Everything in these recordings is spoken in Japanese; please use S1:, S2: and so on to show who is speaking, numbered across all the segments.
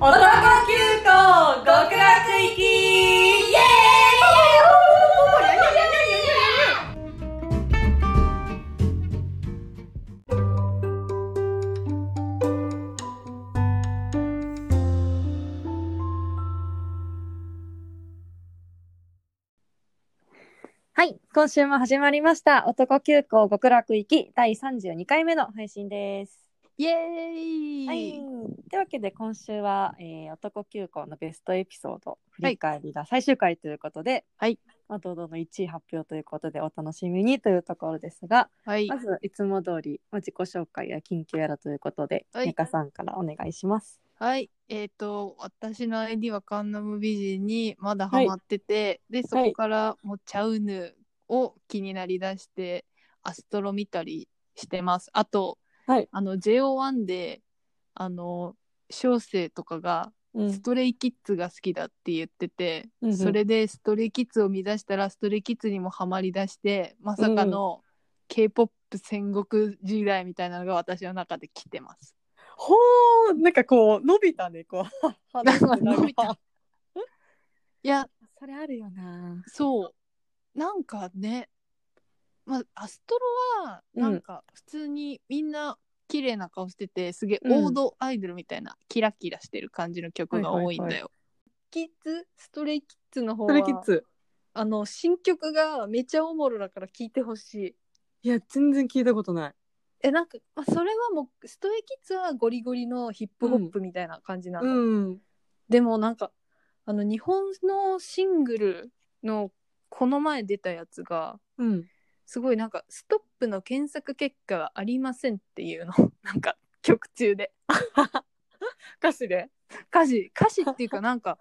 S1: 男急行極楽行きイエーイ
S2: はい。今週も始まりました。男急行極楽行き第32回目の配信です。
S3: イエ
S2: は
S3: ー
S2: い
S3: イ。
S2: というわけで今週は、えー男急行のベストエピソード振り返りが最終回ということで、
S3: はい。
S2: まあ、堂々の1位発表ということでお楽しみにというところですが、
S3: はい
S2: ま。ずいつも通り、まあ、自己紹介や緊急やらということで、
S3: はい
S2: ネカさんからお願いします。
S3: はい。えっ、と、私の ID はカンナム美人にまだハマってて、で、そこからもうチャウヌを気になりだして、アストロ見たりしてます。あと、
S2: はい
S3: あの、JO1 で、あの、小生とかが
S2: うん
S3: ストレイキッズが好きだって言ってて、
S2: うんうん
S3: それでストレイキッズを見出したらストレイキッズにもハマりだしてまさかの k p o p 戦国時代みたいなのが私の中で来てます。
S2: ほーなんかこう伸びたねこう
S3: なんか伸びたいや
S2: それあるよな。
S3: そうなんかね、まあ、アストロは
S2: うん
S3: なんか普通にみんな綺麗な顔しててすげえ王道アイドルみたいな、キラキラしてる感じの曲が多いんだよ。
S4: キッズストレイキッズの方
S2: ス
S4: は
S2: トレキッズ
S4: あの新曲がめちゃおもろだから聞いてほし
S2: い
S4: い
S2: や全然聞いたことない。
S4: えなんか、まあ、それはもうストレイキッズはゴリゴリのヒップホップみたいな感じなの、
S2: うん。
S4: でもなんかあの日本のシングルのこの前出たやつが
S2: うん。
S4: すごいなんか「ストップの検索結果がありません」っていうの なんか曲中で
S2: 歌詞で。
S3: 歌詞
S4: 歌詞っていうかなんか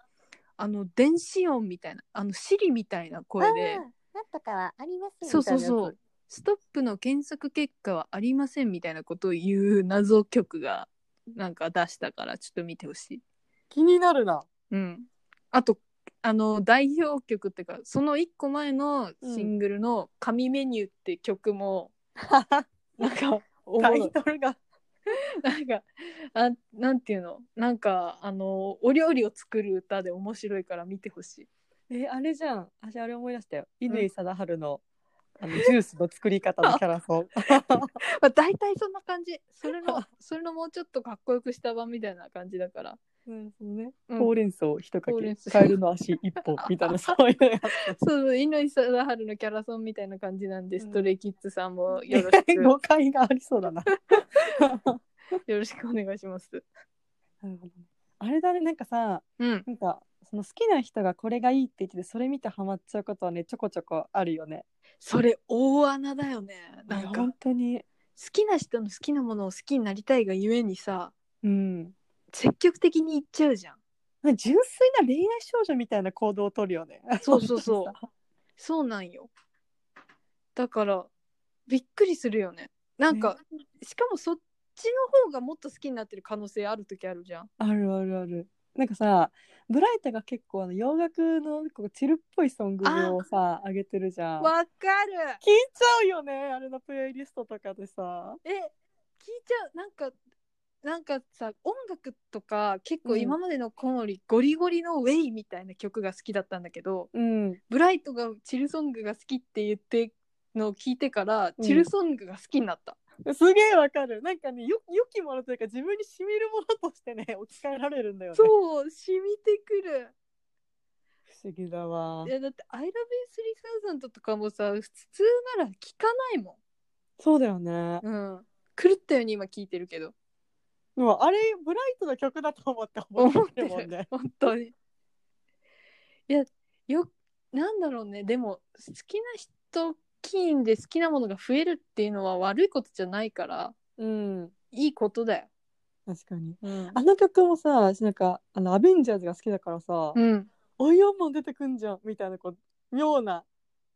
S4: あの電子音みたいなあのシリみたいな声で。
S2: なんとかはあります
S4: そうそうそう。ストップの検索結果はありませんみたいなことを言う謎曲がなんか出したからちょっと見てほしい。
S2: 気になる な。
S4: うん。あと、あの代表曲っていうか、その一個前のシングルの神メニューって曲も、なんか、
S2: タイトルが。
S4: なんか、あなんていうのなんか、あの、お料理を作る歌で面白いから見てほしい。
S2: え、あれじゃん。私あれ思い出したよ。乾貞治の。あのジュースの作り方のキャラソン。
S4: まあ、大体そんな感じ。それの、 それのもうちょっとかっこよくした版みたいな感じだから。
S2: うん、 そうね。
S4: う ん
S2: ほうれん草一か
S4: ほうれん
S2: け、
S4: 草
S2: カエルの足一 本みたいな、そういうのやつ。
S4: そう、乾貞治のキャラソンみたいな感じなんで、
S2: うん
S4: ストレイキッズさんもよろし く、よ
S2: 誤解がありそうだ な。
S4: ろしくお願いします。
S2: なるほどねあれだね、なんかさ、
S4: うん。
S2: なんか、その好きな人がこれがいいって言ってて、それ見てハマっちゃうことはね、ちょこちょこあるよね。
S4: それ、大穴だよね。なんか、好
S2: 本当に。
S4: きな人の好きなものを好きになりたいがゆえにさ、
S2: うん。
S4: 積極的に行っちゃうじゃん。
S2: なんか純粋な恋愛少女みたいな行動をとるよね。
S4: そうそうそう。そうなんよ。だから、びっくりするよね。なんか、しかもそっちの方がもっと好きになってる可能性ある時あるじゃん。
S2: あるあるある。なんかさ、ブライトが結構あの洋楽のこうチルっぽいソングをさ、上げてるじゃん。聞い
S4: わかる
S2: ちゃうよね、あれのプレイリストとかでさ。
S4: え聞いちゃうなんかなんかさ音楽とか結
S2: う
S4: 構
S2: ん
S4: 今までの子よりゴリゴリの「ウェイ」みたいな曲が好きだったんだけど、
S2: うん。
S4: ブライトがチルソングが好きって言ってのを聞いてから、
S2: うん
S4: チルソングが好きになった
S2: すげえわかる。なんかね、よ、良きものというか、自分に染みるものとしてね、 置き換えられるんだよね。
S4: そう染みてくる
S2: 不思議だわ
S4: い。やだって「ILOVEYOU3000」とかもさ普通なら聞かないも
S2: そうだよね。
S4: ん、うん、狂ったように今聞いてるけど
S2: でも、あれ、ブライトの曲だと思って思ってるもんね。
S4: 本当に。いやよなんだろうねでも好きな人金で好きなものが増えるっていうのは悪いことじゃないから
S2: うん。
S4: いいことだよ。
S2: 確かに。
S4: うん
S2: あの曲もさ、私なんか、あの、アベンジャーズが好きだからさ、
S4: うん、
S2: おいおんもん出てくんじゃんみたいなこう妙な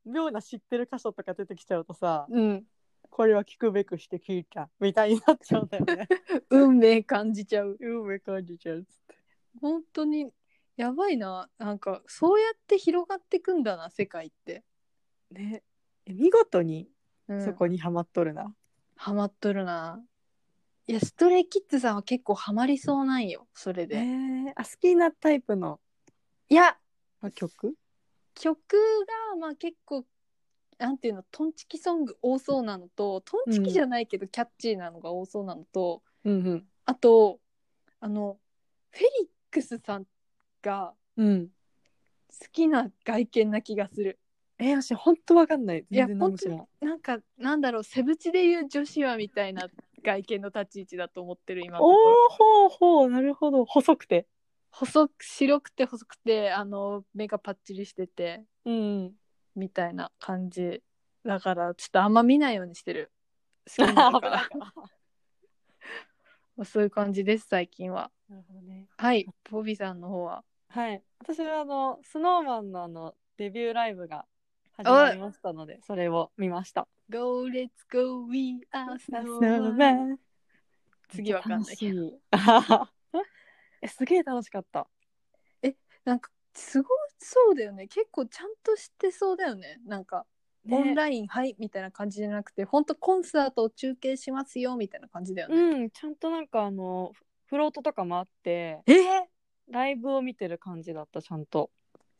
S2: 妙な知ってる箇所とか出てきちゃうとさ
S4: うん、
S2: これは聞くべくして聞いたみたいになっちゃうんだよ ね。
S4: 運命感じちゃう。
S2: うんめ感じちゃうっつって。
S4: 本当にやばいななんかそうやって広がってくんだな世界って。
S2: ね見事に
S4: うん、
S2: そこにはまっとるな。
S4: ハマっとるな。いやストレイキッズさんは結構ハマりそうなんよそれ
S2: え
S4: で、
S2: ー、あ好きなタイプの
S4: いや
S2: あ曲
S4: 曲がまあ結構なんていうのトンチキソング多そうなのとトンチキじゃないけどキャッチーなのが多そうなのと、
S2: うん
S4: あとあのフェリックスさんが
S2: うんうん
S4: 好きな外見な気がする
S2: えー、私本当わかんない
S4: いや
S2: 全然何も知らん
S4: なんかなんだろうセブチで言う女子はみたいな外見の立ち位置だと思ってる今のと
S2: お
S4: ころ
S2: おほうほうなるほど細くて
S4: 細く白くて細くてあの目がパッチリしてて
S2: うん
S4: みたいな感じだからちょっとあんま見ないようにしてる好きになるから まあ そういう感じです最近は
S2: なるほどね
S4: はいボビーさんの方は
S2: はい私はあのスノーマンのあのデビューライブが始まりましたのでそれを見ました
S4: Go let's go we are 次わかんないけど
S2: ど えすげえ楽しかった
S4: なんかすごそうだよね結構ちゃんとしてそうだよねなんか
S2: ね
S4: オンライン、はいみたいな感じじゃなくて本当コンサートを中継しますよみたいな感じだよね、
S2: うんちゃんとなんかあのフフロートとかもあって
S4: え
S2: ライブを見てる感じだったちゃんと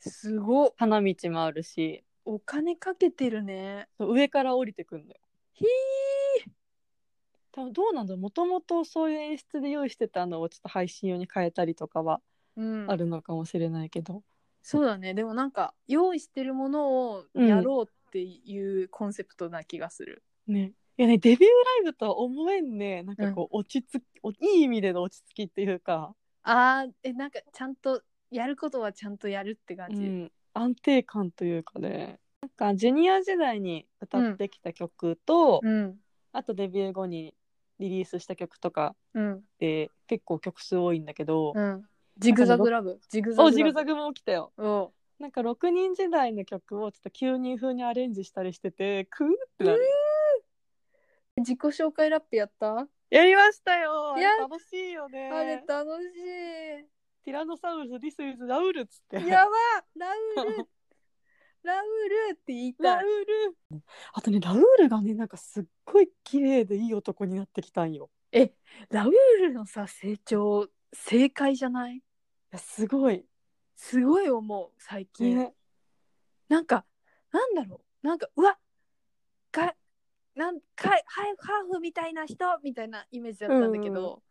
S4: ー、すごっ
S2: 花道もあるし
S4: お金かけてるね
S2: そう上から降りてくんのよ
S4: ひー
S2: 多分どうなんだろうもともとそういう演出で用意してたのをちょっと配信用に変えたりとかは
S4: うん
S2: あるのかもしれないけど、
S4: そうだねでもなんか用意してるものをやろうっていうコンセプトな気がする、
S2: ねいやねデビューライブとは思えんねなんかこう落ち着き、おいい意味での落ち着きっていうか、
S4: あーえなんかちゃんとやることはちゃんとやるって感
S2: う
S4: じ、
S2: ん、安定感というかねなんかジュニア時代に歌ってきた曲と、
S4: うん
S2: あとデビュー後にリリースした曲とか
S4: うん
S2: って結構曲数多いんだけど、
S4: うんジグザグラブジグザグラ
S2: お
S4: ブ
S2: ジグザグも起きたよ
S4: お
S2: なんか6人時代の曲をちょっと9人風にアレンジしたりしててクーってなる、
S4: 自己紹介ラップやった
S2: やりましたよあれ
S4: や
S2: 楽しいよね
S4: あれ楽し
S2: ティラノサウルスディスイズラウルっつって
S4: い。やばラウ ルラウルって言い
S2: ラ
S4: た
S2: ウ
S4: い。
S2: ルあとねラウルがねなんかすっごい綺麗でいい男になってきたんよ
S4: え、ラウルのさ、成長、正解じゃない
S2: いやすごい、
S4: すごい思う、最近。
S2: ね、
S4: なんか、なんだろう。なんか、うわか、なんか、はい、ハーフみたいな人みたいなイメージだったんだけど、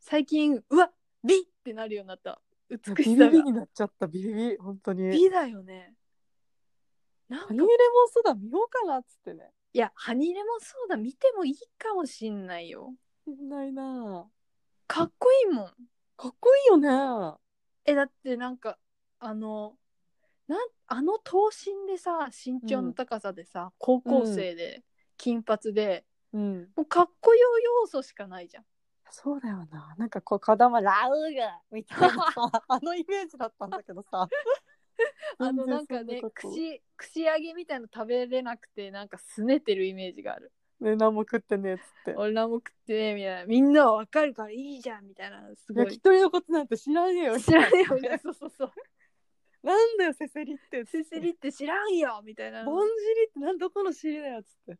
S4: 最近、うわ美ってなるようになった。美
S2: ビ
S4: し
S2: リ
S4: さが。
S2: ビリになっちゃったビリビリ本当に
S4: 美だよね。なん
S2: ハ
S4: か
S2: ニーレモンソーダ見ようかなっつってね
S4: いや、ハニーレモンソーダ見てもいいかもしんないよ。
S2: しんないな
S4: かっこいいもん。
S2: かっこいいよね
S4: え、だってなんか、あの、なんあの頭身でさ、身長の高さでさ、高校生で、金髪で、
S2: うん
S4: もうかっこよ要素しかないじゃん。
S2: そうだよななんかこう子供ラウルみたいなさ あのイメージだったんだけど さ
S4: あのなん
S2: 全然そ
S4: かね、
S2: こと
S4: 串、串揚げみたいの食べれなくて、なんか拗ねてるイメージがある。
S2: ね何も食ってねっつって
S4: 俺らも食ってね、みたいな。みんなはわかるからいいじゃん、みたいな。すご
S2: 焼き
S4: い。
S2: 鳥のことなんて知らねえよ
S4: 知らねえよ、みたいな。そうそうそう。
S2: なんだよせせりって
S4: せせりって知らんよ、みたいな。
S2: ぼんじりってなんどこの尻だよっつって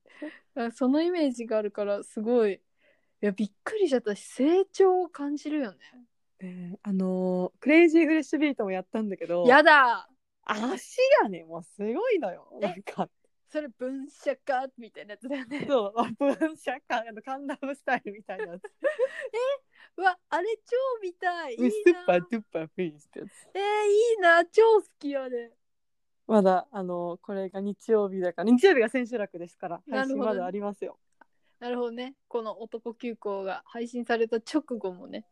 S4: なんかそのイメージがあるからすごいいやびっくりしちゃったし成長を感じるよね
S2: ねえあのークレイジーフレッシュビートもやったんだけど
S4: やだ
S2: 足がねもうすごいのよ
S4: え
S2: なんか
S4: それ分社かみたいなやつだよね
S2: そうワプンシャッカーのカンダムスタイルみたいなやつ
S4: うわあれ超見たいいい
S2: ウィ
S4: な
S2: スーパードゥッパーフィースってやつ
S4: えー、いいな超好きあれ
S2: まだあのーこれが日曜日だから日曜日が千秋楽ですから
S4: な
S2: 配
S4: るほ
S2: 信
S4: ど
S2: まだありますよ
S4: なるほどねこの「男急行」が配信された直後もね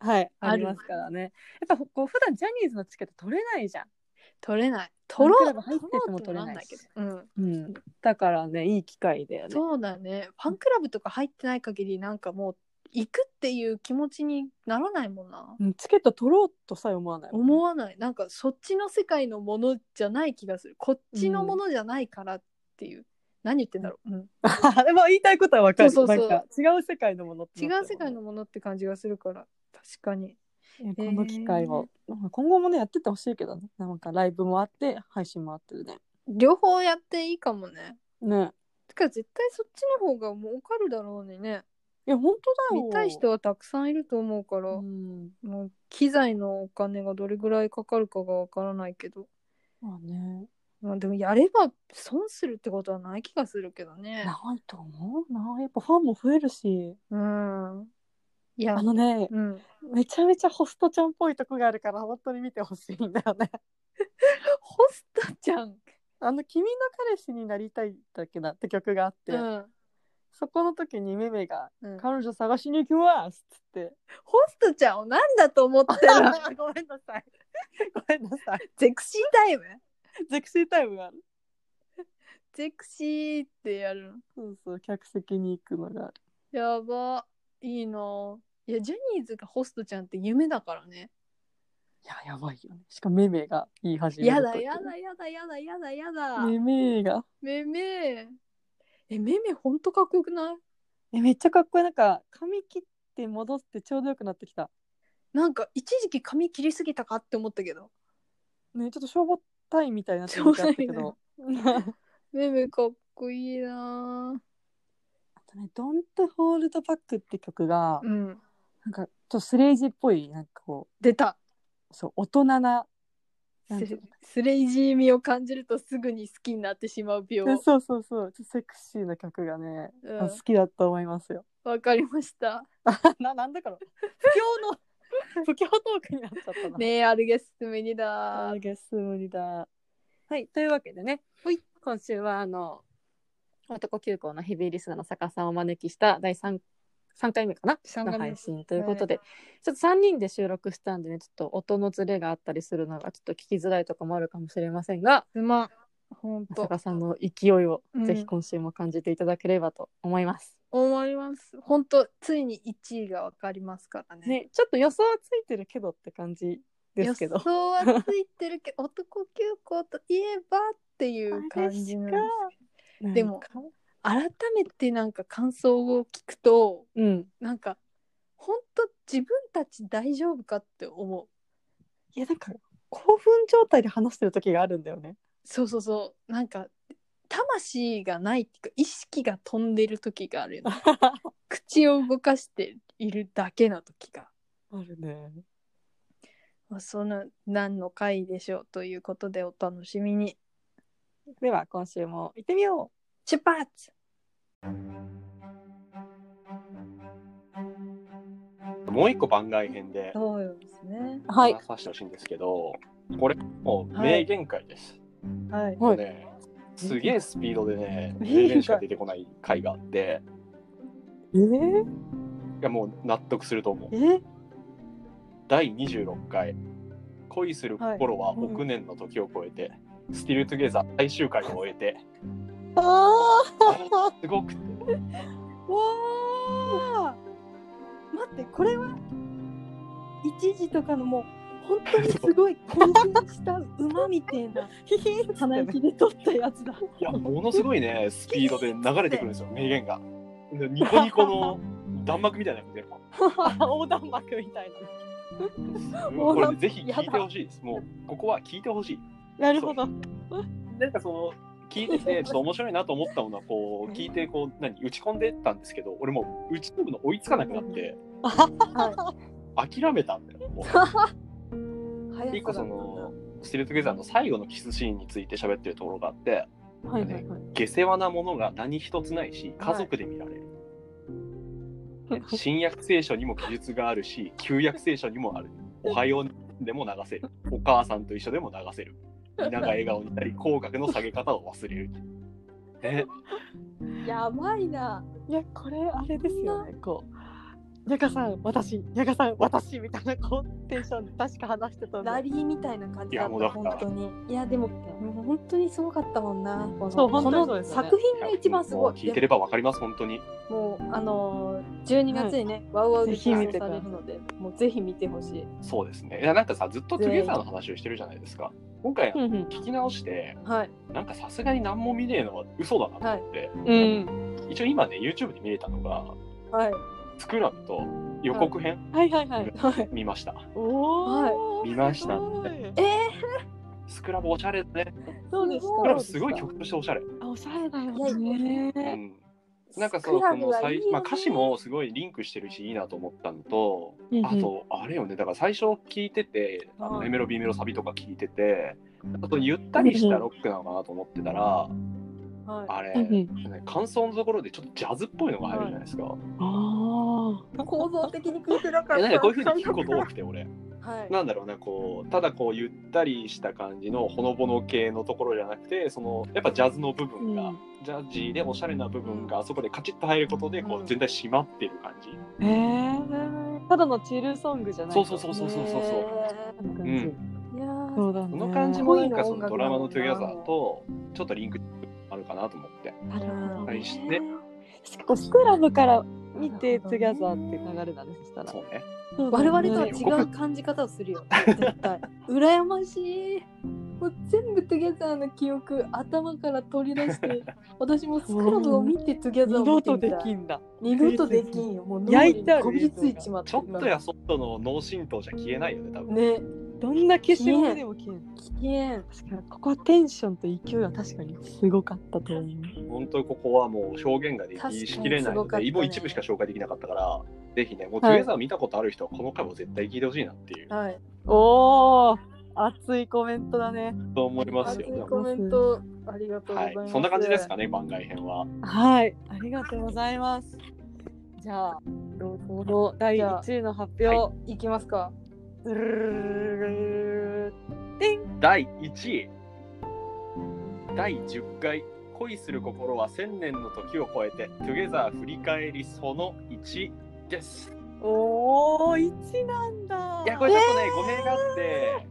S2: はい
S4: ある
S2: ありますからねやっぱこう普段ジャニーズのチケット取れないじゃん
S4: 取れない取ろ
S2: ファン
S4: う
S2: クラブ入ってても取れないし
S4: 取ろうともんだけど、うん
S2: うん、だからねいい機会だよね。
S4: そうだねファンクラブとか入ってない限りなんかもう行くっていう気持ちにならないもんな
S2: うんチケット取ろうとさえ思わないもんね
S4: 思わないなんかそっちの世界のものじゃない気がするこっちのものじゃないからっていう、何言ってんだろう、うん、
S2: あ でも言いたいことは分かる
S4: そうそう
S2: な
S4: そうん
S2: か違う世界のものって
S4: 違
S2: なっ
S4: う
S2: ちゃも
S4: 世
S2: ん
S4: 界のものって感じがするから確かに
S2: ねこの機会を、まあ今後もねやってってほしいけどねなんかライブもあって配信もあってるね
S4: 両方やっていいかもね
S2: ね
S4: てか絶対そっちの方が儲かるだろうにね
S2: いや、本当だよ。
S4: 見たい人はたくさんいると思うから、
S2: うん。
S4: もう機材のお金がどれぐらいかかるかがわからないけど、
S2: まあね。
S4: まあ、でもやれば損するってことはない気がするけどね。
S2: ないと思うな。やっぱファンも増えるし。
S4: うん。いや
S2: あ、のね、
S4: うん。
S2: めちゃめちゃホストちゃんっぽいとこがあるから、本当に見てほしいんだよね。
S4: ホストちゃん。
S2: あの、君の彼氏になりたいだっけなって曲があって、
S4: うん。
S2: そこの時にめめが、
S4: うん
S2: 彼女探しに行きますっつって。
S4: ホストちゃんをなんだと思ってる
S2: ごめんなさい。 ごめんなさい。
S4: ゼクシータイム
S2: ゼクシータイムがある。
S4: ゼクシーってやるの。
S2: そうそう、客席に行くのがある。
S4: やば。いいなぁいや、ジャニーズがホストちゃんって夢だからね。
S2: いや、やばいよね。しかもめめが言い始める
S4: や
S2: と
S4: だやだやだやだやだやだ。
S2: めめが。
S4: めめ。え、めめほんとかっこよくない
S2: え、めっちゃかっこいい。なんか、髪切って戻ってちょうどよくなってきた。
S4: なんか一時期髪切りすぎたかって思ったけど。
S2: ね、ちょっと消防隊みたいになってきちゃったけ
S4: 消
S2: ど。
S4: めめかっこいいなぁ
S2: あとね、Don't Hold Back って曲が、
S4: うん。
S2: なんか、ちょっとスレイジっぽい、なんかこ
S4: 出た。
S2: う、そう、大人な、なん
S4: ス
S2: て
S4: レ
S2: いう
S4: スレイジー味を感じるとすぐに好きになってしまう
S2: の
S4: 病。
S2: そうそうそう、ちょっとセクシーな曲がね、
S4: うん
S2: あ好きだと思いますよ。
S4: わかりました。
S2: な、なんだから、不況の、不況トークになっちゃったな。
S4: ねえ、アルゲスメニ だ
S2: あ。ゲス無理だ。はい、というわけでね、
S4: はい
S2: 今週はあの男急行のヘビーリスナーの坂さんをお招きした第 3, 3回目かな
S4: 三
S2: の
S4: 回目
S2: 配信ということで、ちょっと3人で収録したんでねちょっと音のズレがあったりするのがちょっと聞きづらいとかもあるかもしれませんが
S4: すまん。ほんと。
S2: 坂さんの勢いを
S4: うん
S2: ぜひ今週も感じていただければと思います。
S4: 思います。ほんと、ついに1位がわかりますからね。
S2: ねちょっと予想はついてるけどって感じですけど
S4: 予。想はついてるけど、男急行といえばっていう感じなんです
S2: なんか
S4: でも改めてなんか感想を聞くと、
S2: うん、
S4: なんか、ほんと自分たち大丈夫かって思う。
S2: いやなんか興奮状態で話してる時があるんだよね。
S4: そうそうそう。なんか、魂がないっていうか、意識が飛んでる時がある よね。口を動かしているだけの時が。
S2: あるね。
S4: まあその何の回でしょうということでお楽しみに。
S2: では今週も行ってみよ
S4: 出発
S5: もう一個番外編で
S4: そうですね。
S2: う。
S5: 話。させてほしいんですけど、これもう名言会です。
S4: はい。
S2: はい
S5: もうね、すげえスピードでね、
S2: 名
S5: 名
S2: 言会
S5: 言しか出てこない回があって、
S2: えー、
S5: いやもう納得すると思う
S2: え。ー、
S5: 第26回、恋する心は
S2: はいうん
S5: 億年の時を超えて、スティルトゥゲザー最終回を終えて、
S2: あ
S5: すごくて
S2: あ。
S1: 待ってこれは一時とかのもう本当にすごい興奮した馬みたい な
S2: ひひーっつ
S1: 鼻
S2: って
S1: 息
S2: ね。
S1: で取ったやつだ。
S5: いや、ものすごいね、スピードで流れてくるんですよ、名言が。でニコニコの弾幕みたいなのが出る
S2: 横断幕みたいな。
S5: これねぜひ聞いてほしいです。もう、ここは聞いてほしい。
S2: なるほど。
S5: なんかその聞いててちょっと面白いなと思ったものはこう聞いてこう何打ち込んでったんですけど俺もう打ち込むの追いつかなくなって、諦めたんだよもう一個そのスティルトゲザーの最後のキスシーンについて喋ってるところがあって
S2: はいはいはい。
S5: 下世話なものが何一つないし家族で見られる、新約聖書にも記述があるし旧約聖書にもあるおはようでも流せるお母さんと一緒でも流せる皆が笑顔になり口角の下げ方を忘れるね
S4: やばいな。
S2: いやこれあれですよね。こう。やかさん私やかさん私みたいなこうテンションで確か話してたん
S4: ラ
S2: で。
S4: リーみたいな感じだった
S5: いやもうだから
S4: 本当に。いやでももう本当にすごかったもんな。この
S2: そう本当にそう
S4: この
S2: ですよね
S4: 作品が一番すごい。
S5: もう聞いてればわかります、本当に。
S4: でももうあのー12月にね、ワウワウで放送されるので、もうぜひ見てほしい。
S5: そうですね。いや、なんかさ、ずっとトゥゲザーの話をしてるじゃないですか。今回、
S2: うんうん。
S5: 聞き直して、
S4: はい。
S5: なんかさすがに何も見ねえのは嘘だなと思って、
S2: うん。
S5: 一応今ね、YouTube で見れたのが、
S4: はい。
S5: スクラムと予告編
S2: はいはいはい。
S4: はい。
S5: 見ました。
S2: おお。
S5: 見ました
S2: すごい
S4: え
S5: スクラムおしゃれだね。
S2: そうで
S4: す
S5: ス
S4: ご
S5: ク
S4: い
S2: し
S5: ラムすごい曲としておしゃれ。
S2: た。あおしゃれだよ
S4: いや
S2: ね
S5: う。ん。なんかそ
S4: ク
S5: の
S4: ラ
S5: そ
S4: ブ
S5: の
S4: はいい
S5: 最
S4: よね
S5: まあ、歌詞もすごいリンクしてるしいいなと思ったのと、
S2: うんうん
S5: あとあれよねだから最初聞いててあの
S2: うん
S5: A メロ B メロサビとか聞いててあとゆったりしたロックなのかなと思ってたら、あれ、
S2: うん
S5: ね感想のところでちょっとジャズっぽいのが入るじゃないですか。
S2: ああ。
S4: 構造的に聞いてなかっ
S5: え
S4: た。
S5: なんかこういう風に聞くこと多くて俺
S4: はい。
S5: なんだろうなこうただこうゆったりした感じのほのぼの系のところじゃなくてそのやっぱジャズの部分が、
S2: うん
S5: ジャッジーでおしゃれな部分があそこでカチッと入ることでこう、全体締まってる感じ、
S2: えー。ただのチルソングじゃない。
S5: そうそうそうそうそうそうそう
S2: う。感
S5: う
S2: じ。
S5: ん
S4: いやー
S2: そうだね。
S5: その感じもなんかそのドラマの「トゥギャザー」とちょっとリンクあるかなと思って
S2: なるほど
S5: は
S2: ね
S5: いして
S2: しかもスクラブから見て「トゥギャザー」って流れなんですそしたら
S5: そうね
S4: 我々とは
S5: ね
S4: 違う感じ方をするよ。絶対。羨ましい。もう全部トゥギャザーの記憶頭から取り出 して、私もスクラブを見てトゥギャザー
S2: 二度
S4: を見て
S2: と
S4: みたい
S2: で。きんだ
S4: 二度とできんよ。もう脳
S2: 焼
S4: に
S2: いてある
S4: こびりついちまって
S5: ちょっとやそっとの脳震盪じゃ消えないよね多分、
S4: ね、
S2: どんな消しゴムでも消えん
S4: 危
S2: 確
S4: 険。
S2: かにここはテンションと勢いは確かにすごかったと思う
S5: 本当にここはもう表現ができしきれないの
S4: 確か
S5: で、
S4: にす
S5: イ
S4: ごかったね
S5: ボ一部しか紹介できなかったから、ぜひね、もう
S2: はい
S5: トゥエザー見たことある人はこの回も絶対聞いてほしいなっていう、
S4: はい。
S2: おー熱いコメントだね
S5: と思います
S4: 熱い
S5: よ。
S4: コメントありがとうござ
S5: はい
S4: ます。
S5: い、そんな感じですかね、番外編は。
S2: はいありがとうございますじゃあロードの第1位の発表、
S5: はい
S4: きますか。
S2: ルルルルルル
S5: 第1位、第10回、恋する心は千年の時を超えて、トゥエザー振り返りその1です。
S2: おー1なんだ
S5: いや、これちょっとね、語弊があって、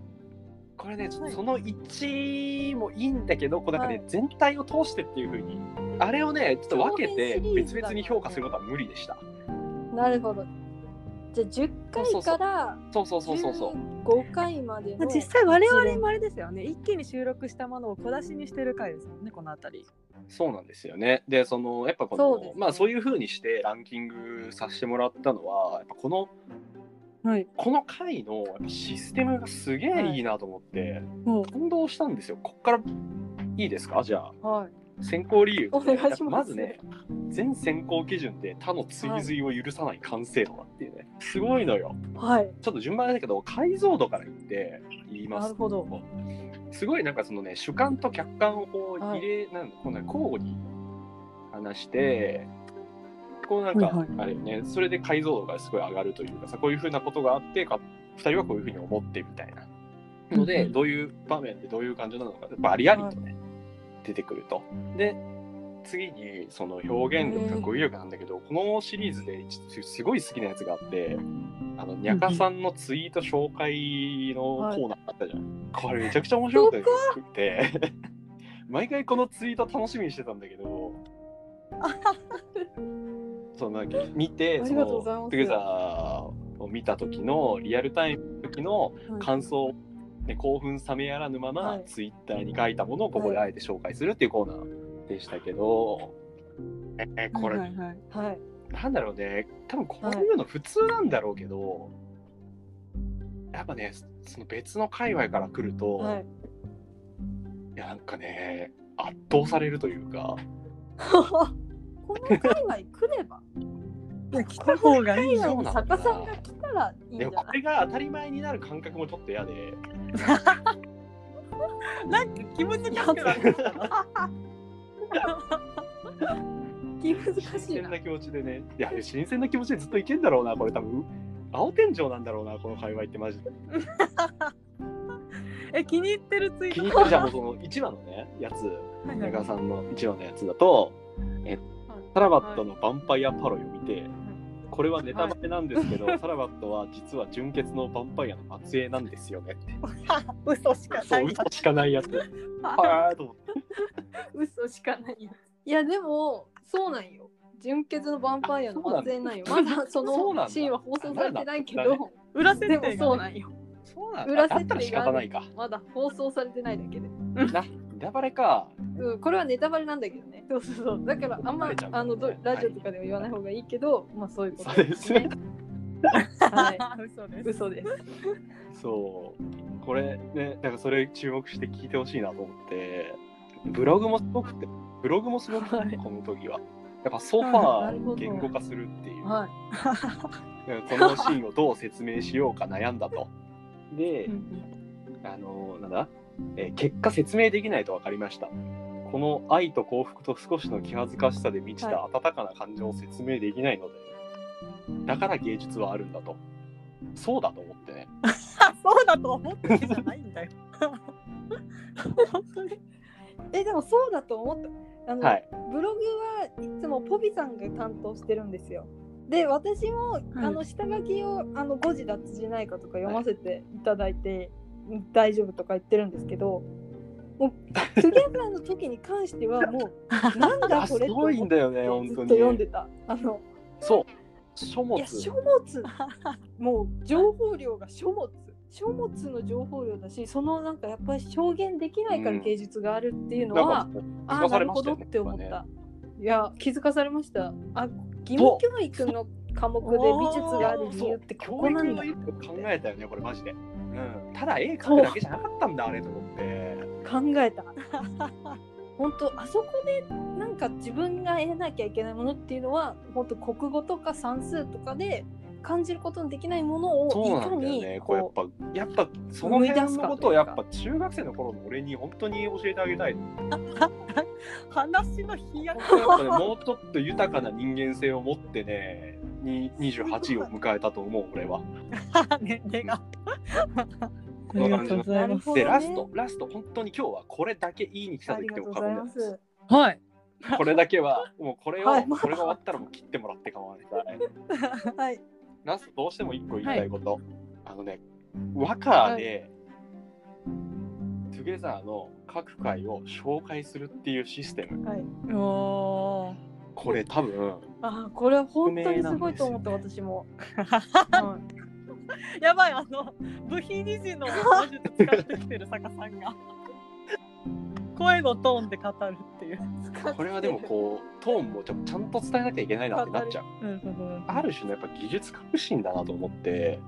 S5: これね、ちょっとその1もいいんだけど、こうなんか
S4: は
S5: ね、全体を通してっていう風に、あれをね、ちょっと分けて
S4: 長編シリー
S5: 別
S4: ズだから
S5: 々
S4: ね
S5: に評価することは無理でした。
S4: なるほど。じゃあ十回から
S5: そうそうそうそうそう。
S4: 五回までの
S2: 実際我々もあれですよね一気に収録したものを小出しにしてる回ですもんねこの辺り
S5: そうなんですよね。で、そのやっぱこ
S4: そ
S5: の
S4: うですね
S5: まあそういう風にしてランキングさせてもらったのは、やっぱこの
S2: はい
S5: この回のやっぱシステムがすげえいいなと思って、
S2: もう
S5: 感動したんですよ。こっからいいですか？じゃあ
S4: はい。
S5: 選考理由
S4: お願いします
S5: やっぱまずね、全選考基準で他の追随を許さない完成度だっていうね、すごいのよ。
S4: はい。
S5: ちょっと順番だけど解像度から言って言います
S4: なるほど。
S5: すごいなんかそのね主観と客観をこう
S4: はい
S5: 入れ、なんこうなんか交互に話してこうなんか、
S2: はい
S5: あれよねそれで解像度がすごい上がるというかさこういうふうなことがあってか2人はこういうふうに思ってみたいなので、
S2: うん
S5: どういう場面でどういう感情なのかやっぱありありとね、出てくると。で次にその表現力とか語彙力なんだけど、このシリーズで一すごい好きなやつがあってあのにゃかさんのツイート紹介のコーナーあったじゃん、これめちゃくちゃ面白くて 毎回このツイート楽しみにしてたんだけ どそのなんか見て
S4: あ
S5: そ
S4: りがとうございます
S5: のトゥゲザーを見た時のリアルタイムの時の感想、ね、興奮冷めやらぬまま、
S4: はい
S5: ツイッターに書いたものをここであえて紹介するっていうコーナーでしたけど、えーこれ、
S2: はいはいはい
S4: はい。
S5: なんだろうね多分こういうの普通なんだろうけど、やっぱねその別の界隈から来ると、
S4: はい
S5: い、。やなんかね圧倒されるというか
S4: この界隈来れば、
S2: いや来た方がいい
S4: 海
S5: そ
S4: 外
S5: う
S4: に
S5: なんだ
S4: 逆さんが来たらいいんじ
S5: で
S4: ゃ
S5: もこ
S4: ない
S5: れが当たり前になる感覚もちょっと嫌で
S2: なんか気持ちがくなってきたな
S4: 気難
S5: 新
S4: しい
S5: 鮮
S4: な。
S5: な気持ちでねいや新鮮な気持ちでずっといけんだろうなこれ多分青天井なんだろうなこの界隈ってマジで
S2: え気に入ってるツイ
S5: 気
S2: ー
S5: に
S2: ト
S5: 入ってじゃあもうその1話のねやつ
S2: はいは
S5: 宮
S2: い
S5: 川さんの1話のやつだと、えサラバットのヴァンパイアパロイを見て、これはネタバレなんですけど、サラバットは実は純血のヴァンパイアの末裔なんですよねって。
S2: 嘘しか
S5: そう、嘘しかないやつ。はーと思って。
S4: 嘘しかないよ。いやでもそうなんよ。純血のヴァンパイアの末裔なんよ。
S5: あ そ
S4: ま
S5: うなんだ
S4: だそ
S5: そうなん
S4: の
S5: だ
S4: シーンは放送されてないけ
S5: あなん
S4: ど、
S2: 裏設定
S4: でも
S2: が
S4: そ
S2: ね
S4: うなんよ。
S5: そうなん
S4: だ
S5: だ。だったら仕方ないか。
S4: まだ放送されてないだけで。
S5: な、ネタバレか。
S4: うん、これはネタバレなんだけどね。そうそうそう。だからあんま
S5: バレちゃう
S4: あのど
S5: はい
S4: ラジオとかでは言わない方がいいけど、まあそういうこと
S5: そうですね。
S4: はい。
S2: 嘘です
S4: 嘘です。
S5: そう。これね、なんかそれ注目して聞いてほしいなと思って。ブログもすごくて、ブログもすごくて、この時は。やっぱソフ
S4: な
S5: ァ
S4: る
S5: ー
S4: ほど
S5: を言語化するっていう、
S4: はい。
S5: このシーンをどう説明しようか悩んだ と。で、あのなんだ、えー結果説明できないと分かりました。この愛と幸福と少しの気恥ずかしさで満ちた温かな感情を説明できないので、だから芸術はあるんだと。そうだと思ってね。
S2: そうだと思ってるじゃないんだよ。本当に。
S4: えでもそうだと思ったあの、
S5: はい。
S4: ブログはいつもポビさんが担当してるんですよで私も、あの下書きをあの誤字脱字ないかとか読ませていただいて、大丈夫とか言ってるんですけどもうトゥギャザーの時に関してはもうなんだ
S5: あ
S4: こ
S5: す
S4: れって
S5: ごい
S4: 思
S5: ん
S4: っ
S5: だよね、
S4: て
S5: 本
S4: ずっ
S5: 当
S4: と
S5: に。
S4: 読んでたあの
S5: そう。書
S4: い
S5: 物
S4: や。書物もう情報量が書物書物の情報量だしそのなんかやっぱり表現できないから
S5: うん
S4: 芸術があるっていうの
S5: なん
S4: は、
S5: か、気
S4: あ
S5: が
S4: ー
S5: さ
S4: な
S5: れ
S4: る
S5: ま
S4: ほ
S5: し
S4: ど
S5: たよ
S4: っ
S5: ね。
S4: て思っ
S5: やぱね
S4: た。いや気づかされました。あ義務教育の科目で美術がある理由ってここなんだ。
S5: 教育の一歩考えたよね、これマジで。うん。ただ絵描くだけじゃなかったんだ、あれと思って。
S4: 考 えた。本当あそこでなんか自分が得なきゃいけないものっていうのは本当国語とか算数とかで感じることのできないもの
S5: そう
S4: をい
S5: な
S4: か
S5: んだよ
S4: に
S5: ね。こうやっぱ、やっぱその辺のことをやっぱ中学生の頃の俺に本当に教えてあ げたい。
S2: 話の飛躍。
S5: 本当やっぱね、もうちょっと豊かな人間性を持ってね、に28を迎えたと思う俺は。
S2: 年齢が。
S5: こんな感じの
S4: なるほど
S5: で、
S4: ね
S5: ラスト、ラスト、本当に今日はこれだけ言いに来た
S4: あ
S5: と
S4: り
S5: 言っ
S4: が
S5: て
S4: とう
S5: も
S4: ご
S5: 過
S4: ざい
S5: 言では
S4: ま
S5: な
S4: す。
S5: い
S2: はい。
S5: これだけは、もうこれを、
S4: はい
S5: これが終わったらもう切ってもらって構 わない。
S4: はい。
S5: ラスト、どうしても一個言いたいこと。あのね、和歌で、トゥゲザーの各回を紹介するっていうシステム。
S4: はい。
S2: おお。
S5: これ多分、
S4: あーこれは本当にすごいと 思った
S5: 不明なんで
S4: 私も。
S2: やばい、あの、ブヒニジの魔術使ってきてる坂さんが。声のトーンで語るっていう。
S5: これはでもこう、トーンもちょちゃんと伝えなきゃいけないなってなっちゃう。
S2: なるほど。
S5: ある種のやっぱ技術革新だなと思って、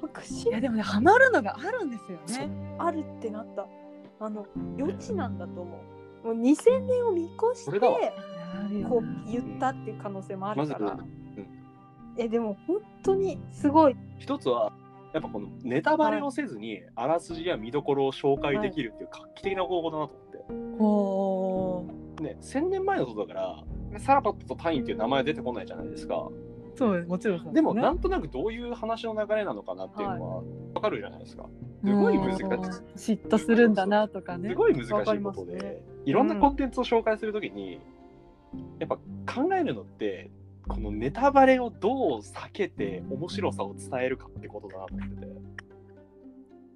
S4: 確
S2: い
S4: 信
S2: やでもね、ハマるのがあるんですよね。
S4: あるってなったあの余地なんだと思うもう2000年を見越し
S5: そ
S4: て
S5: れだわ
S4: こう言ったっていう可能性もあ
S5: ま
S4: る
S5: ず
S4: から、えでも本当にすごい
S5: 一つは、やっぱこのネタバレをせずに、あらすじや見どころを紹介できるっていう画期的な方法だなと思っ
S2: おお。
S5: て。ね、1000年前のことだからサラパットとタインっていう名前は出てこないじゃないですか
S2: そうです、もちろんそうすね。
S5: でもなんとなくどういう話の流れなのかなっていうのはわかるじゃないですか、すごい難しい
S2: 嫉妬するんだなとかね
S5: す。ごい難しいこと
S4: わ
S5: で、
S4: かりますね
S5: いろんなコンテンツを紹介するときに、やっぱ考えるのってこのネタバレをどう避けて面白さを伝えるかってことだなと思ってて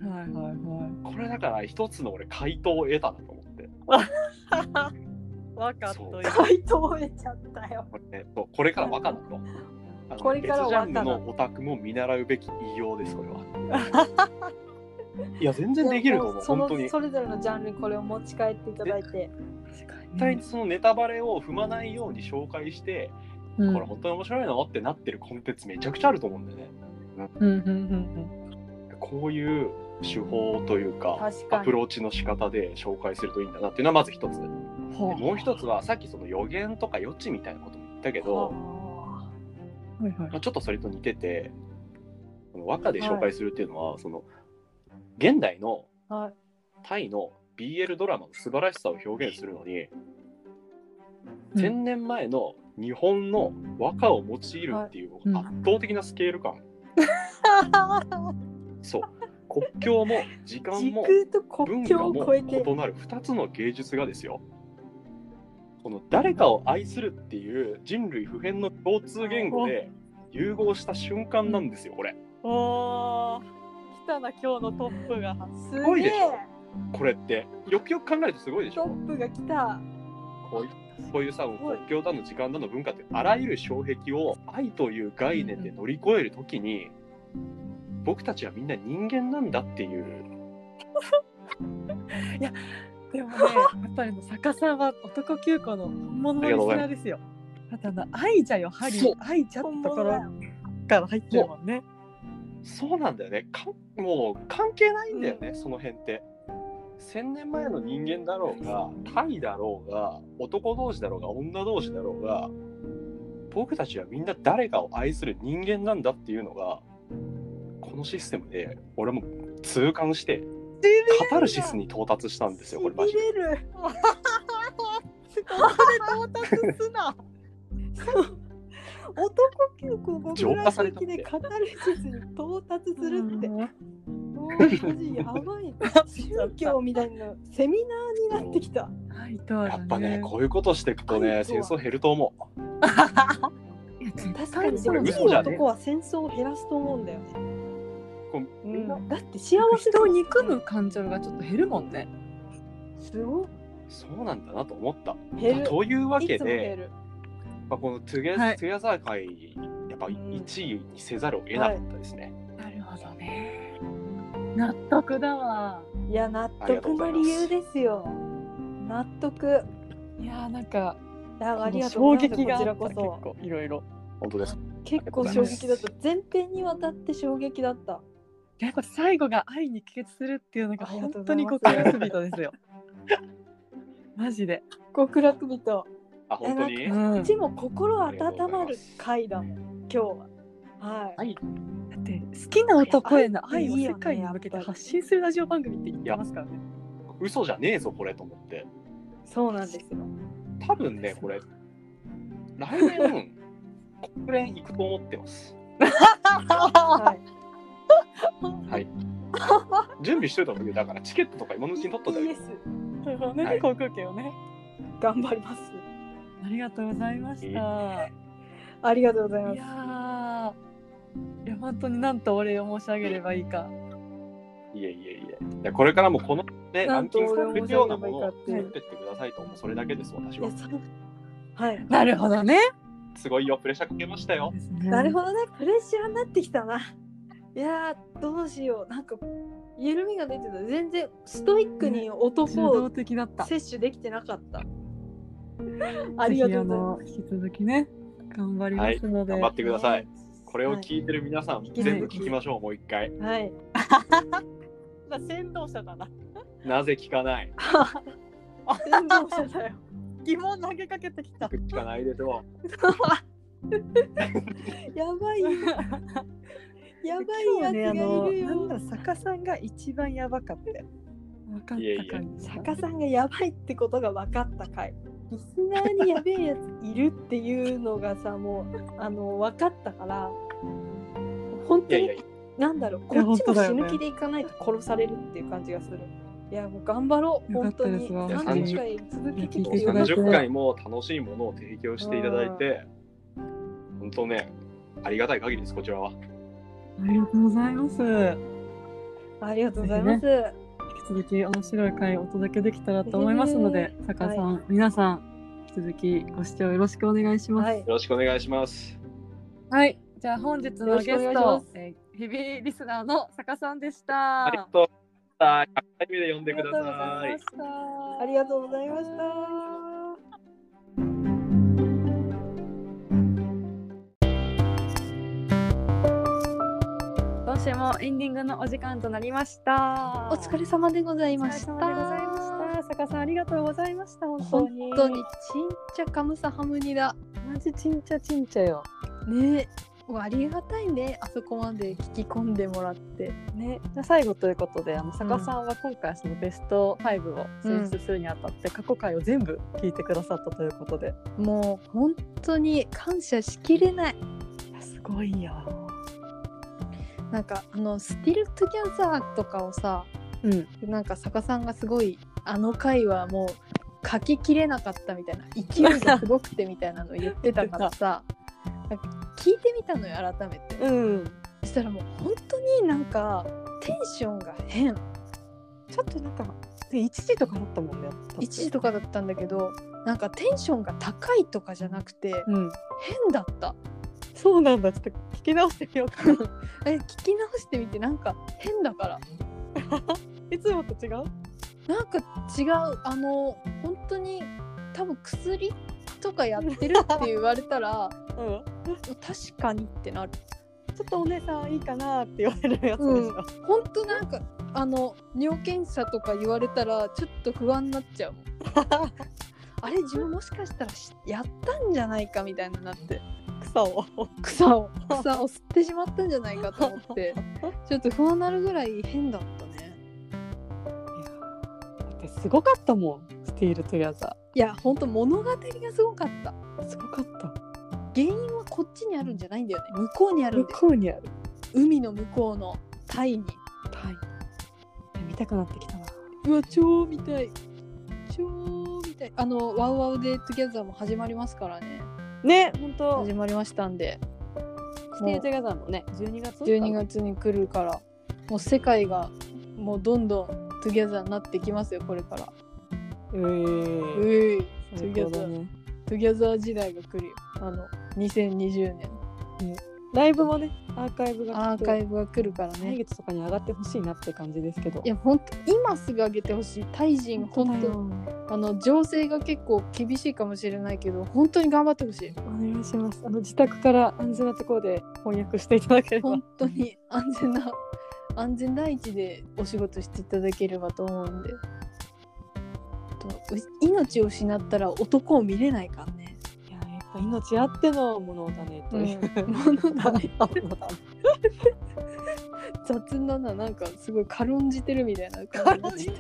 S2: はいはいはい。
S5: これだから一つの俺回答を得たなと思って
S2: わかっといて
S4: 回答を得ちゃったよ
S5: これ,、ね、そうこれからわかんないとあの
S4: これから
S5: 別
S4: わ
S5: ジ
S4: か
S5: ャ
S4: ん
S5: ン
S4: ない
S5: ルのオタクも見習うべき異様ですこれは いや全然できると思う
S4: その
S5: 本当に
S4: それぞれのジャンルにこれを持ち帰っていただいて
S5: 絶対にそのネタバレを踏まないように紹介して、
S6: うん
S5: これ本当に面白いのってなってるコンテンツめちゃくちゃあると思うんだよね
S6: うんうんうん
S5: こういう手法というか
S4: 確か
S5: ア
S4: に
S5: プローチの仕方で紹介するといいんだなっていうのはまず一つで
S6: うん
S5: もう一つはさっきその予言とか予知みたいなことも言ったけど、
S4: は
S2: はいはい
S5: まあ、ちょっとそれと似ててこの和歌で紹介するっていうのは、その現代の
S4: あはい
S5: タイの BL ドラマの素晴らしさを表現するのに、
S2: うん
S5: 1000年前の日本の和歌を用いるっていう
S2: うん
S5: 圧倒的なスケール感、そう国境も時間
S4: 時
S5: も
S4: 空と
S5: 文
S4: 国
S5: 化
S4: 境
S5: も
S4: を越えて
S5: 異なる2つの芸術がですよこの誰かを愛するっていう人類普遍の共通言語で融合した瞬間なんですよこれ
S2: おー来たな今日のトップが
S4: す
S5: ごい
S4: げ
S5: で
S4: え
S5: しこれってよくよく考えるとすごいでし
S4: ト
S5: ょ
S4: ップが来た
S5: こういうこういうさ国境だの時間だの文化ってあらゆる障壁を愛という概念で乗り越えるときに僕たちはみんな人間なんだっていう
S2: でもね やっぱりね坂さんは男急行の本物のリスナーですよあとあの愛じゃよハリ
S5: そう
S2: ー愛じゃってところから入ってるもんね
S5: そうなんだよねかんもう関係ないんだよね、その辺って1000年前の人間だろうが、タイだろうが、男同士だろうが、女同士だろうが、僕たちはみんな誰かを愛する人間なんだっていうのが、このシステムで俺も痛感して、カタルシスに到達したんですよ、これマジで。
S4: れ る
S2: 到達すな。
S4: 男急行極
S5: 浄化さ
S4: 楽
S5: れ
S4: 駅
S5: たって
S4: でカタルシスに到達するって、もうマジやばい宗教みたいなセミナーになってきた
S2: はい、とは
S5: やっぱね、こういうことしていくとね、
S4: 愛と
S5: 戦
S4: は
S5: 争減ると思う。
S4: 確かにで
S5: これ
S4: もいい
S5: 嘘じゃね
S4: 男は戦争を減らすと思うんだよね
S5: こうみんな
S4: だって幸
S7: 人
S4: せと
S7: を憎む感情がちょっと減るもんね。
S4: すごい
S5: そうなんだなと思った。
S4: 減る
S5: というわけ
S4: いつも
S5: で
S4: 減、る
S5: まあ、このトゥゲ、
S2: はい
S5: トゥギャザー会、やっぱ1位にせざるを得なかったですね。
S2: なるほどね。納得だわ。
S4: いや納
S5: ありがと
S4: 得
S5: うござ
S4: の
S5: います
S4: 理由ですよ納得
S7: いやーなんか
S4: いやありがとう
S7: 衝
S4: ございます
S7: 撃があ
S4: こち
S7: った
S4: ら
S7: 結
S4: こそ
S7: 構いろいろ。
S5: 本当です。
S4: 結構衝撃だった前編にわたって衝撃だった
S2: やっぱ最後が愛に帰結するっていうのが
S4: ありがと
S2: 本
S4: うござ
S2: 当
S4: い
S2: に
S4: ます
S2: 心の人ですよ。 マジで。
S4: 極楽人
S5: あ、本当に
S4: え
S2: う。
S4: なんう
S2: だ
S4: ちも心温まる回だもん今日ははい
S5: はい。
S2: って好きな男への愛を
S4: いや
S2: 世界に向けて発信するラジオ番組って言ってますからね。
S5: 嘘じゃねえぞ、これと思って。
S4: そうなんですよ
S5: 多分ね、これ、来年、国連行くと思ってます。
S4: はい
S5: はい。準備しといた方がいいよ。だから、チケットとか今のうちに取っといた方がいい
S4: ES
S2: なるほどね
S5: はい
S2: 航空券をね。
S4: 頑張ります
S2: ありがとうございました。いや
S4: ありがとうございます
S2: ー。いや本当になんとお礼を申し上げればいいか。
S5: いえいえいえ。いやこれからもこの、ね、
S4: な
S5: ラ
S4: ん
S5: ン
S4: と
S5: キング
S4: 俺
S5: さ
S4: を
S5: れ
S4: 申
S5: る
S4: し
S5: よ
S4: 上
S5: う
S4: げ
S5: な
S4: ば
S5: も
S4: いい
S5: の
S4: か
S5: を
S4: って
S5: 作ってってくださいと、もうそれだけです、私
S4: いや
S5: は。
S4: さはい
S2: なるほどね。
S5: すごいよ、プレッシャーかけましたよ。
S4: なる
S2: ほ
S4: ほどねプレッシャーになってきたないやーどうしようなんか緩みが出てた全然ストイックに男
S2: 衝動
S4: を
S2: 的だった。
S4: 摂取できてなか ったありがとうございま
S2: ぜ
S4: す
S2: ひあの引き続きね頑張りますので、
S5: 頑張ってください。これを
S4: はい
S5: 聞いてる皆さん、全部聞きましょう、もう一回。
S4: はい
S2: まあ先導者だな
S5: なぜ聞かない
S4: 全然おしゃ だよ
S2: 疑問投げかけてきた
S5: 聞くしかないでしょ
S4: やばいやばいやつがいるよ、
S2: ろう坂さんが一番やばかったよ分かったか
S5: いえいえ
S4: 坂さんがやばいってことが分かった回リスナーにやべえやついるっていうのがさもうあの分かったから本
S5: う。い
S4: 当
S5: や
S4: に
S5: いやいや、
S4: なんだろうこ
S2: いや
S4: っちも
S2: 本当だ
S4: 死
S2: よね
S4: ぬ気でいかないと殺されるっていう感じがするいやもう頑張ろう
S2: よか
S4: 本
S2: った
S4: 当
S2: です
S4: に
S2: わ
S4: 30回続けてきて
S2: いや
S4: よか
S2: 聞
S4: った
S2: いて
S5: 30回も楽しいものを提供していただいて、本当ね、ありがたい限りです、こちらは。
S2: ありがとうございます引
S4: ありがとうございます、
S2: き続き面白い回お届けできたらと思いますので、坂さん、皆さん引き続きご視聴よろしくお願いします
S4: は
S2: はい、
S4: い
S5: よろしくお願いします。
S2: じゃあ本日のゲ
S4: よろ
S2: ス
S4: しくお願い
S2: ト
S4: します
S2: えー、日々リスナーの坂さんでした
S5: ありがとう。100回目で呼んでください。
S2: した
S4: ありがとうございました
S7: 今週もエンディングのお時間となりました。
S8: お疲れ様でござい
S7: お疲
S8: ま
S7: れ
S8: した。
S7: 様でございました。坂さんありがとうございました。本当
S8: 本
S7: に。
S8: 当にちんちゃかむさハムニだ。
S7: マジちんちゃちんちゃよ。
S8: ねえありがたいねあそこまで聞き込んでもらって
S7: ね、じゃあ最後ということで、あの坂さんは今回そのベスト5を選出するにあたって、過去回を全部聞いてくださったということで。
S8: もう本当に感謝しきれない
S7: いやすごいよ。
S8: なんかあの「スティルトゥギャザー」とかをさ
S7: うん。
S8: なんか坂さんがすごいあの回はもう書ききれなかったみたいな勢いがすごくてみたいなのを言ってたからさなんか聞いてみたのよ改めて
S7: うん。
S8: そしたらもう本当になんかテンションが変
S7: ちょっとなんか、1時とかだったもんね。
S8: 1時とかだったんだけどなんかテンションが高いとかじゃなくて
S7: うん。
S8: 変だった
S7: そうなんだ。ちょっと聞き直してみようかな。
S8: え聞き直してみてなんか変だから
S7: いつもと違う
S8: なんか違うあの本当に多分薬とかやってるって言われたら
S7: うん。
S8: 確かにってなる
S7: ちょっとお姉さんいいかなって言われるやつでしょ。
S8: 本当なんかあの尿検査とか言われたらちょっと不安になっちゃうもん あれ自分もしかしたらしやったんじゃないかみたいになって
S9: 草を
S8: 草を草を吸ってしまったんじゃないかと思ってちょっと不安になるぐらい変だったね
S2: だってすごかったもんスティールトゥギャザ
S8: いやほんと物語がすごかった
S2: ーすごかった
S8: 原因はこっちにあるんじゃないんだよね向こうにある
S2: 向
S8: んだよ
S2: こうにある
S8: 海の向こうのタイに
S2: タイ見たくなってきたな
S8: うわ超見たい超見たいあの「ワウワウでトゥギャザーも始まりますからね
S2: ね本当
S8: 始まりましたんで
S2: スティールトゥギャザーもね12月
S8: 12月に来るからもう世界がもうどんどんトゥギャザーになってきますよこれから
S2: え
S8: う
S2: ー、
S8: えい
S2: 最高だね
S8: トゥギャザー時代が来るよあの2020年
S2: ライブもねアーカイブが
S8: アーカイブが来るから
S2: 来
S8: ね
S2: 月とかに上がってほしいなって感じですけど
S8: いや本当今すぐ上げてほしいタイ人本当あの情勢が結構厳しいかもしれないけど本当に頑張ってほしい
S2: お願いしますあの自宅から安全なところで翻訳していただければ
S8: 本当に安全な安全第一でお仕事していただければと思うんでとう命を失ったら男を見れないからね、
S2: いややっぱ命あってのものだねという、
S8: もの だね
S2: ものだね
S8: 雑だななんかすごい軽んじてるみたいな感 じに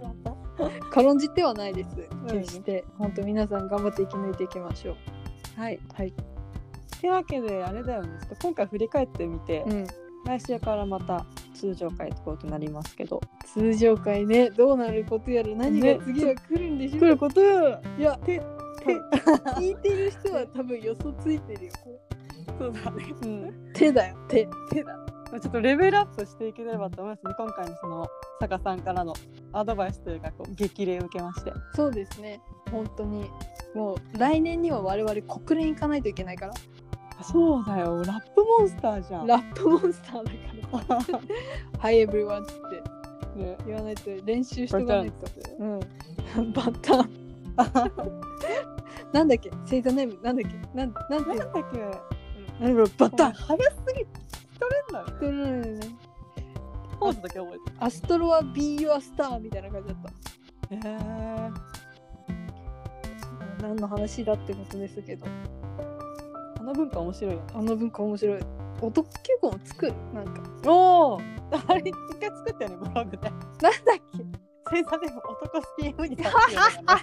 S8: なっちゃった軽んじてはないです決して、本当皆さん頑張って生き抜いていきましょう
S2: はい
S8: はい、
S2: ってわけであれだよねちょっと今回振り返ってみて、
S8: うん、
S2: 来週からまた通常回とことなりますけど
S8: 通常会ねどうなることやら何が
S2: ね
S8: 次は来るんでしょう
S2: 来ることよ
S8: いやて聞いてる人は多分予想ついてるよ
S9: そうだね
S2: うん、
S8: 手だよ手手だ
S2: ちょっとレベルアップしていければと思いますね今回のその坂さんからのアドバイスというかこう激励を受けまして
S8: そうですね本当にもう来年には我々国連行かないといけないから
S2: そうだよラップモンスターじゃん
S8: ラップモンスターだから 「Hi everyone」って
S2: ね
S8: 言わないと練習しておかないとうんバッタンなんだっけ星座ネームなんだっけなんなんていう
S2: な
S8: の
S2: んだっけ
S8: なんだろうバッタン
S2: 早すぎて取れんだよね
S8: とるのよね
S9: ポーズだけ覚えて
S8: アストロは Be Your Star みたいな感じだった
S2: えー
S8: 何の話だってことですけど
S2: あの文化面白いよね。
S8: あの文化面白い男結婚を作るなんか
S2: おお、あれ一回作ったよねブログで。
S8: なんだっけ
S2: 星座でも男好き M にさっていうのがね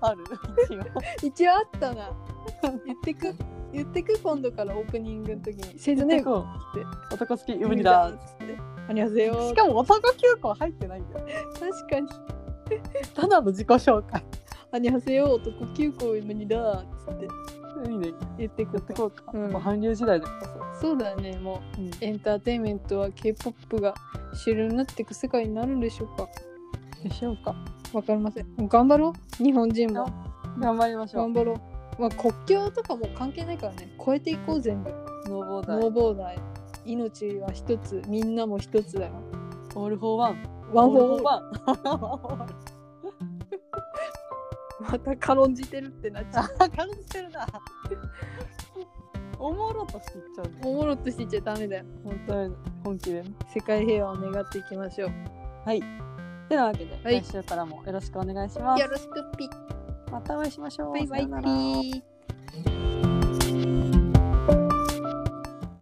S2: ある一応。
S8: 一応あったな言ってく言ってく今度からオープニングの時に「星座ネーム
S2: こう男好き M にだ。」
S8: っつって「ありがとうございま す
S2: し」かも男休校入ってないんだよ。
S8: 確かに
S2: ただの自己紹介。
S8: 「ありがとうございます」男9個上のにだ」っつって
S2: いいね。
S8: 言って
S2: や
S8: く
S2: ってこうか。
S8: うん
S2: もう韓流時代だからさ。
S8: そうだねもう、エンターテインメントは k p o p が主流になっていく世界になるんでしょうか
S2: でしょうか。
S8: わかりませんもう頑張ろう日本人も
S2: 頑張りましょう
S8: 頑。張ろうまあ国境とかもう関係ないからね超えていこう全部
S2: ノーボーダ
S8: ノー
S2: ー。
S8: ボーダー命は一つみんなも一つだよ
S2: オールフォーワン。
S8: ワンフォー
S2: オ
S8: オ
S2: ー
S8: ー
S2: ル
S8: ル
S2: ワン。
S8: また軽んじてるってなっち ゃう。
S2: あ感じてるな。 おもろとしていっちゃうね。
S8: おもろっとしてちゃダメだよ。
S2: 本当に本気で。
S8: 世界平和を願っていきましょう。
S2: てなわけで、
S8: はい
S2: 来週からもよろしくお願いします。
S8: ろしくピッ
S2: またお会いしましょう。
S8: バイバ
S2: さよなら
S8: イ。